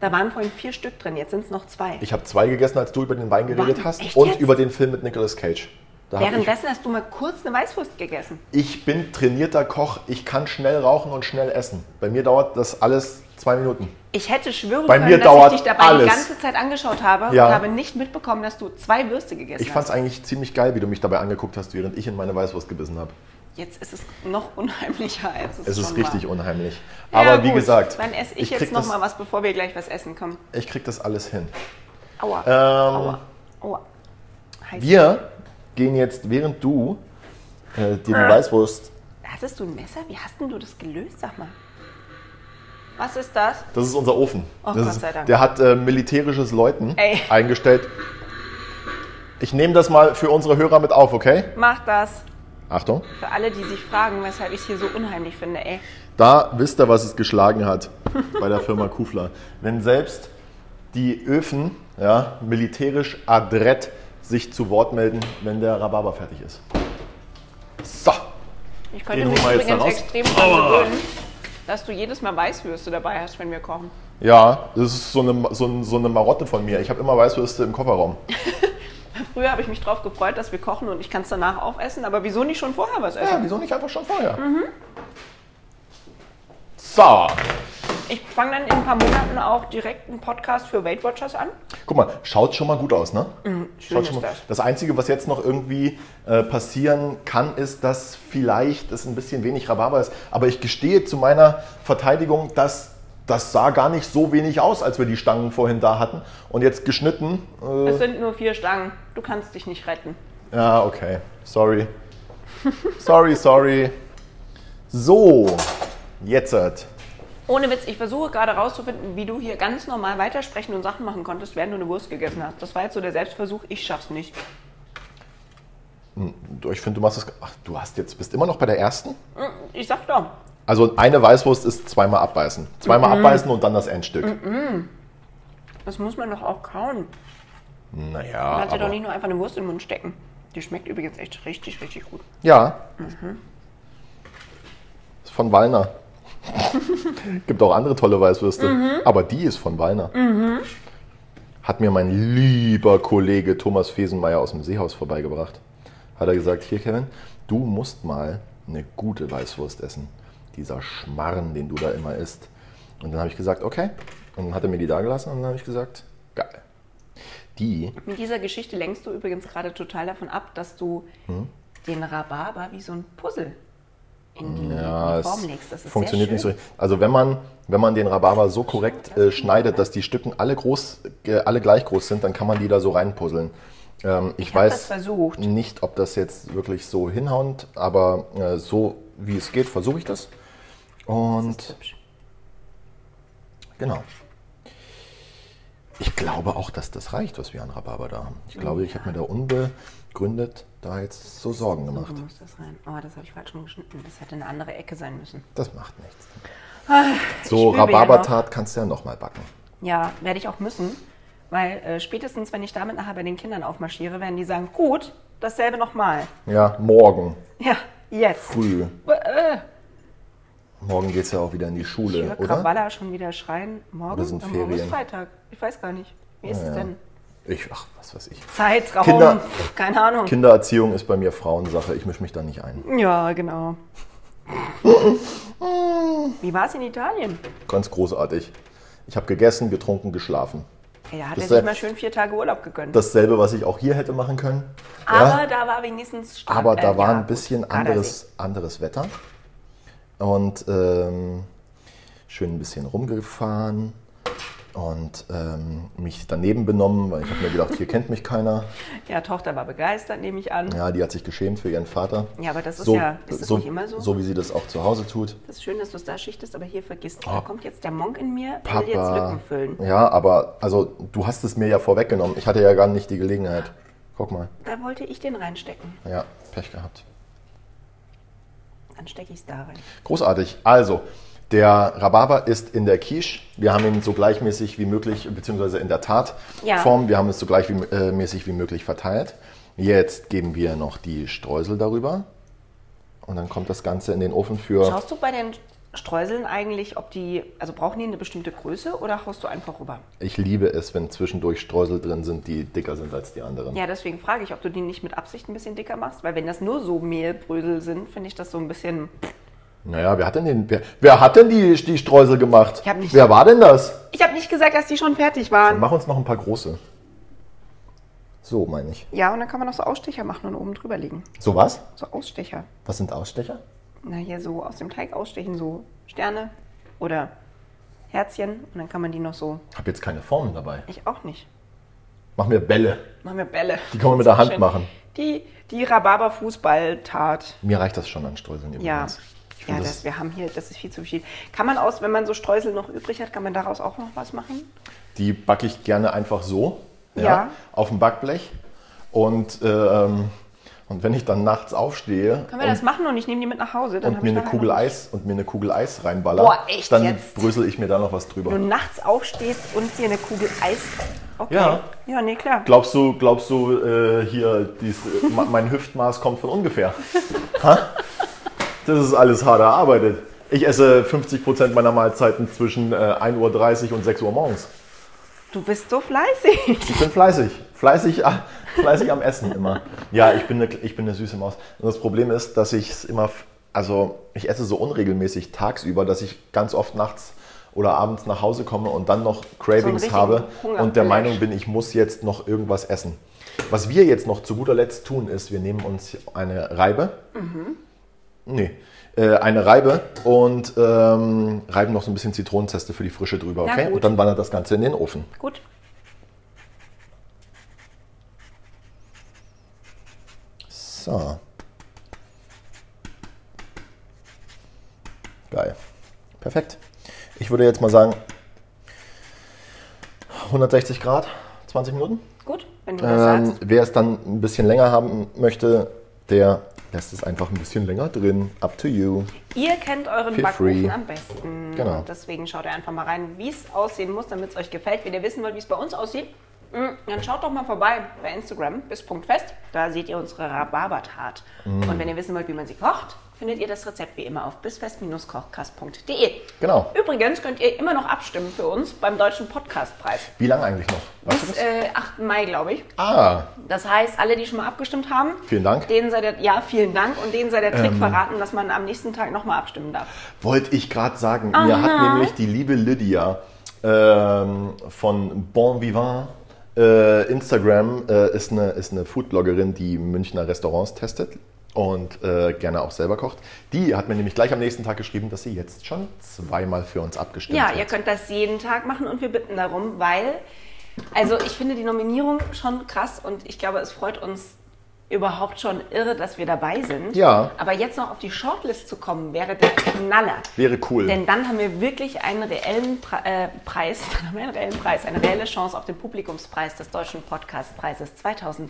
Da waren vorhin vier Stück drin, jetzt sind es noch zwei. Ich habe zwei gegessen, als du über den Wein geredet Wann? hast Echt und jetzt? über den Film mit Nicolas Cage. Da hab ich, Währenddessen hast du mal kurz eine Weißwurst gegessen. ich bin trainierter Koch. Ich kann schnell rauchen und schnell essen. Bei mir dauert das alles zwei Minuten. Ich hätte schwören Bei können, mir dass dauert ich dich dabei alles. die ganze Zeit angeschaut habe Ja. und habe nicht mitbekommen, dass du zwei Würste gegessen Ich fand es eigentlich ziemlich geil, wie du mich dabei angeguckt hast, während ich in meine Weißwurst gebissen habe. hast. Jetzt ist es noch unheimlicher als es Es ist schon richtig war. unheimlich. Ja, Aber wie gut, gesagt, Dann esse ich, ich krieg jetzt noch das- mal was, bevor wir gleich was essen. Komm. ich krieg das alles hin. Aua. Ähm, Aua. Heiß. wir gehen jetzt, während du äh, dir die Weißwurst. Hattest du ein Messer? Wie hast denn du das gelöst? Sag mal. Was ist das? Das ist unser Ofen. Oh, das Gott ist, sei Dank. Der hat äh, militärisches Läuten Ey. eingestellt. Ich nehme das mal für unsere Hörer mit auf, okay? Mach das. Achtung. Für alle, die sich fragen, weshalb ich es hier so unheimlich finde, ey. Da wisst ihr, was es geschlagen hat bei der Firma Kufler. Wenn selbst die Öfen ja, militärisch adrett sich zu Wort melden, wenn der Rhabarber fertig ist. So, Ich könnte Den mich holen wir jetzt übrigens da raus. extrem daran gewöhnen, dass du jedes Mal Weißwürste dabei hast, wenn wir kochen. ja, das ist so eine, so, ein- so eine Marotte von mir. Ich habe immer Weißwürste im Kofferraum. Früher habe ich mich drauf gefreut, dass wir kochen und ich kann es danach aufessen, aber wieso nicht schon vorher was Ja, essen? wieso nicht einfach schon vorher? So, Ich fange dann in ein paar Monaten auch direkt einen Podcast für Weight Watchers an. guck mal, schaut schon mal gut aus, ne? Schön Schaut ist schon mal. das. Das Einzige, was jetzt noch irgendwie äh, passieren kann, ist, dass vielleicht es ein bisschen wenig Rhabarber ist. Aber ich gestehe zu meiner Verteidigung, dass das sah gar nicht so wenig aus, als wir die Stangen vorhin da hatten. Und jetzt geschnitten. Äh, Es sind nur vier Stangen. Du kannst dich nicht retten. ja, okay. Sorry. Sorry, sorry. So, jetzt. hat- Ohne Witz, ich versuche gerade rauszufinden, wie du hier ganz normal weitersprechen und Sachen machen konntest, während du eine Wurst gegessen hast. Das war jetzt so der Selbstversuch, ich schaff's nicht. Ich finde, du machst es. Ach, du hast jetzt, bist immer noch bei der ersten? Ich sag doch. Also eine Weißwurst ist zweimal abbeißen. Zweimal abbeißen und dann das Endstück. Das muss man doch auch kauen. Naja. Man kann sich doch aber- nicht nur einfach eine Wurst in den Mund stecken. Die schmeckt übrigens echt richtig, richtig gut. Ja. Ist von Wallner. Gibt auch andere tolle Weißwürste. Aber die ist von Wallner. Hat mir mein lieber Kollege Thomas Fesenmeier aus dem Seehaus vorbeigebracht. Hat er gesagt, hier Kevin, du musst mal eine gute Weißwurst essen. Dieser Schmarren, den du da immer isst. Und dann habe ich gesagt, okay. Und dann hat er mir die da gelassen und dann habe ich gesagt, geil. Die Mit dieser Geschichte lenkst du übrigens gerade total davon ab, dass du Hm? den Rhabarber wie so ein Puzzle in die, in Ja, die Äh, es Form legst. Das ist funktioniert sehr nicht so schön. richtig. Also wenn man, wenn man den Rhabarber so korrekt äh, schneidet, dass die Stücken alle, groß, äh, alle gleich groß sind, dann kann man die da so reinpuzzeln. Ähm, ich Ich hab das weiß versucht. nicht, ob das jetzt wirklich so hinhaut, aber äh, so wie es geht, versuche ich das. Und Hübsch. genau. Ich glaube auch, dass das reicht, was wir an Rhabarber da haben. Ich glaube, ich habe mir da unbegründet da jetzt so Sorgen gemacht. Du musst das rein. Oh, das habe ich falsch rumgeschnitten. Das hätte eine andere Ecke sein müssen. Das macht nichts. So, übe ja noch. Rhabarbertat kannst du ja nochmal backen. Ja, werde ich auch müssen. Weil äh, spätestens, wenn ich damit nachher bei den Kindern aufmarschiere, werden die sagen, gut, dasselbe nochmal. Ja, morgen Ja, jetzt. früh. Äh, Morgen geht's ja auch wieder in die Ich Schule, höre oder? Krawalla schon wieder schreien. Morgen, Oder sind Ja, morgen ist Ferien. Freitag. Ich weiß gar nicht. Wie ist es denn? Ich, ach, was weiß ich. Zeitraum. Kinder- Keine Ahnung. Kindererziehung ist bei mir Frauensache. Ich mische mich da nicht ein. Ja, [LAUGHS] genau. Wie war es in Italien? Ganz großartig. Ich habe gegessen, getrunken, geschlafen. Ey, da hat Das er sich sei- mal schön vier Tage Urlaub gegönnt. Dasselbe, was ich auch hier hätte machen können. aber ja, da war wenigstens Strand. aber da äh, war ja, ein bisschen gut, anderes, anderes Wetter. Und ähm, schön ein bisschen rumgefahren und ähm, mich daneben benommen, weil ich habe mir gedacht, hier kennt mich keiner. Gardasee. Ja, Tochter war begeistert, nehme ich an. Ja, die hat sich geschämt für ihren Vater. Ja, aber das ist ja- ist das nicht immer so? So wie sie das auch zu Hause tut. Das ist schön, dass du es da schichtest, aber hier vergisst. Da kommt jetzt der Monk in mir, der will jetzt Ah. Papa. Lücken füllen. Ja, aber also du hast es mir ja vorweggenommen. Ich hatte ja gar nicht die Gelegenheit. Guck mal. Da wollte ich den reinstecken. Ja, Pech gehabt. Dann stecke ich es da rein. Großartig. Also, der Rhabarber ist in der Quiche. Wir haben ihn so gleichmäßig wie möglich, beziehungsweise in der Ja. Tatform. Wir haben es so gleichmäßig wie, äh, mäßig wie möglich verteilt. Jetzt geben wir noch die Streusel darüber. Und dann kommt das Ganze in den Ofen für. Schaust du bei den Streuseln eigentlich, ob die, also brauchen die eine bestimmte Größe oder haust du einfach rüber? Ich liebe es, wenn zwischendurch Streusel drin sind, die dicker sind als die anderen. Ja, deswegen frage ich, ob du die nicht mit Absicht ein bisschen dicker machst, weil wenn das nur so Mehlbrösel sind, finde ich das so ein bisschen. Naja, wer hat denn, den, wer, wer hat denn die, die Streusel gemacht? Ich hab nicht- wer war denn das? Ich habe nicht gesagt, dass die schon fertig waren. Mach uns noch ein paar große. So meine ich. Ja, und dann kann man noch so Ausstecher machen und oben drüber legen. So was? So Ausstecher. Was sind Ausstecher? Na hier so aus dem Teig ausstechen, so Sterne oder Herzchen. Und dann kann man die noch so. Ich habe jetzt keine Formen dabei. Ich auch nicht. Mach mir Bälle. Machen wir Bälle. Die kann man mit der Hand Schön. machen. Die, die Rhabarber-Fußball-Tat. Mir reicht das schon an Streuseln Ja. übrigens. Ich Ja, finde das, das, wir haben hier, das ist viel zu viel. Kann man aus, wenn man so Streusel noch übrig hat, kann man daraus auch noch was machen? die backe ich gerne einfach so. Ja. Auf dem Backblech. Und, ähm, und wenn ich dann nachts aufstehe Können wir das machen und ich nehme die mit nach Hause? Dann und, und hab mir ich eine nachher Kugel noch- Eis und mir eine Kugel Eis reinballer, Boah, echt dann jetzt? brösel ich mir da noch was Wenn drüber. du nachts aufstehst und dir eine Kugel Eis. Okay. Ja. Ja, nee, klar. Glaubst du, glaubst du, äh, hier, dies, äh, ma- mein Hüftmaß kommt [LAUGHS] von ungefähr? Ha? das ist alles hart erarbeitet. Ich esse 50% meiner Mahlzeiten zwischen äh, 1.30 Uhr und 6 Uhr morgens. Du bist so fleißig. [LAUGHS] Ich bin fleißig. Fleißig, a- fleißig am Essen immer. Ja, ich bin, eine, ich bin eine süße Maus. Und das Problem ist, dass ich es immer, f- also ich esse so unregelmäßig tagsüber, dass ich ganz oft nachts oder abends nach Hause komme und dann noch Cravings richtigen habe Hunger- und der Flash. Meinung bin, ich muss jetzt noch irgendwas essen. Was wir jetzt noch zu guter Letzt tun, ist, wir nehmen uns eine Reibe. Mhm. Nee. äh, Eine Reibe und ähm, reiben noch so ein bisschen Zitronenzeste für die Frische drüber, Na okay? gut. Und dann wandert das Ganze in den Ofen. Gut. So. Geil. Perfekt. Ich würde jetzt mal sagen, 160 Grad, 20 Minuten. Gut, wenn du das Ähm, sagst. wer es dann ein bisschen länger haben möchte, der lässt es einfach ein bisschen länger drin. Up to you. Ihr kennt euren feel Backofen free. am besten. Genau. Und deswegen schaut ihr einfach mal rein, wie es aussehen muss, damit es euch gefällt. Wenn ihr wissen wollt, wie es bei uns aussieht, mm, dann schaut doch mal vorbei bei Instagram bis Punkt fest. Da seht ihr unsere Rhabarbertat. Mm. Und wenn ihr wissen wollt, wie man sie kocht, findet ihr das Rezept wie immer auf bisfest-kochkast.de. Genau. Übrigens könnt ihr immer noch abstimmen für uns beim Deutschen Podcastpreis. Wie lange eigentlich noch? Weißt du Bis das? äh, 8. Mai, glaube ich. ah, Das heißt, alle, die schon mal abgestimmt haben, Vielen Dank. Ähm. Denen sei der, ja, vielen Dank. Und denen sei der Trick verraten, dass man am nächsten Tag nochmal abstimmen darf. wollte ich gerade sagen. Mir hat nämlich die liebe Lydia ähm, von Bon Vivant äh, Instagram äh, ist eine, ist eine Foodbloggerin, die Münchner Restaurants testet und äh, gerne auch selber kocht. Die hat mir nämlich gleich am nächsten Tag geschrieben, dass sie jetzt schon zweimal für uns abgestimmt Ja, hat. ihr könnt das jeden Tag machen und wir bitten darum, weil, also ich finde die Nominierung schon krass und ich glaube, es freut uns überhaupt schon irre, dass wir dabei sind. Ja. Aber jetzt noch auf die Shortlist zu kommen, wäre der Knaller. Wäre cool. Denn dann haben wir wirklich einen reellen Pre äh, Preis, [LAUGHS] dann haben wir einen reellen Preis, eine reelle Chance auf den Publikumspreis des Deutschen Podcastpreises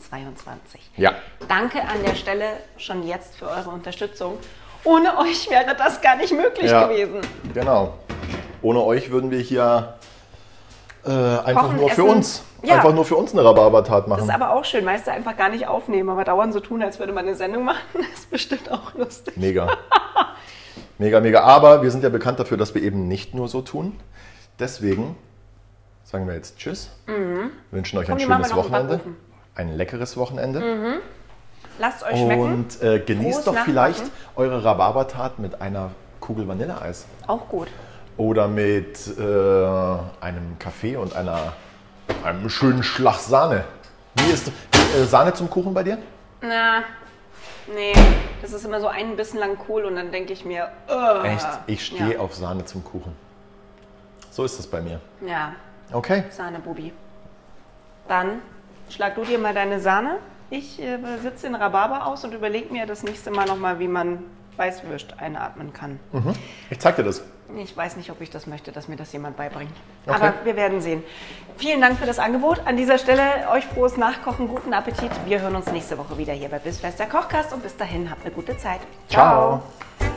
2022. Ja. Danke an der Stelle schon jetzt für eure Unterstützung. Ohne euch wäre das gar nicht möglich Ja. gewesen. Genau. Ohne euch würden wir hier äh, einfach Kochen, nur für essen. uns, Ja. einfach nur für uns eine Rhabarbertat Das machen. ist aber auch schön, meist einfach gar nicht aufnehmen, aber dauernd so tun, als würde man eine Sendung machen, [LAUGHS] ist bestimmt auch lustig. Mega. [LAUGHS] Mega, mega. Aber wir sind ja bekannt dafür, dass wir eben nicht nur so tun. Deswegen sagen wir jetzt Tschüss. Wünschen euch Mhm. Komm, ein die machen schönes wir noch im Wochenende. Backofen. Ein leckeres Wochenende. Lasst euch schmecken. Und äh, genießt Frohes doch Nachmachen. vielleicht eure Rhabarbertat mit einer Kugel Vanilleeis. Auch gut. Oder mit äh, einem Kaffee und einer, einem schönen Schlag Sahne. Wie ist äh, Sahne zum Kuchen bei dir? Na, nee, das ist immer so ein bisschen lang cool und dann denke ich mir, äh, Echt? Ich stehe ja. auf Sahne zum Kuchen. So ist es bei mir. ja, Okay. Sahne, Bubi. Dann schlag du dir mal deine Sahne. Ich äh, sitze den Rhabarber aus und überlege mir das nächste Mal nochmal, wie man Weißwürst einatmen kann. Ich zeig dir das. Ich weiß nicht, ob ich das möchte, dass mir das jemand beibringt. Okay. Aber wir werden sehen. Vielen Dank für das Angebot. An dieser Stelle euch frohes Nachkochen, guten Appetit. Wir hören uns nächste Woche wieder hier bei Bissfest der Kochkast und bis dahin habt eine gute Zeit. Ciao. Diese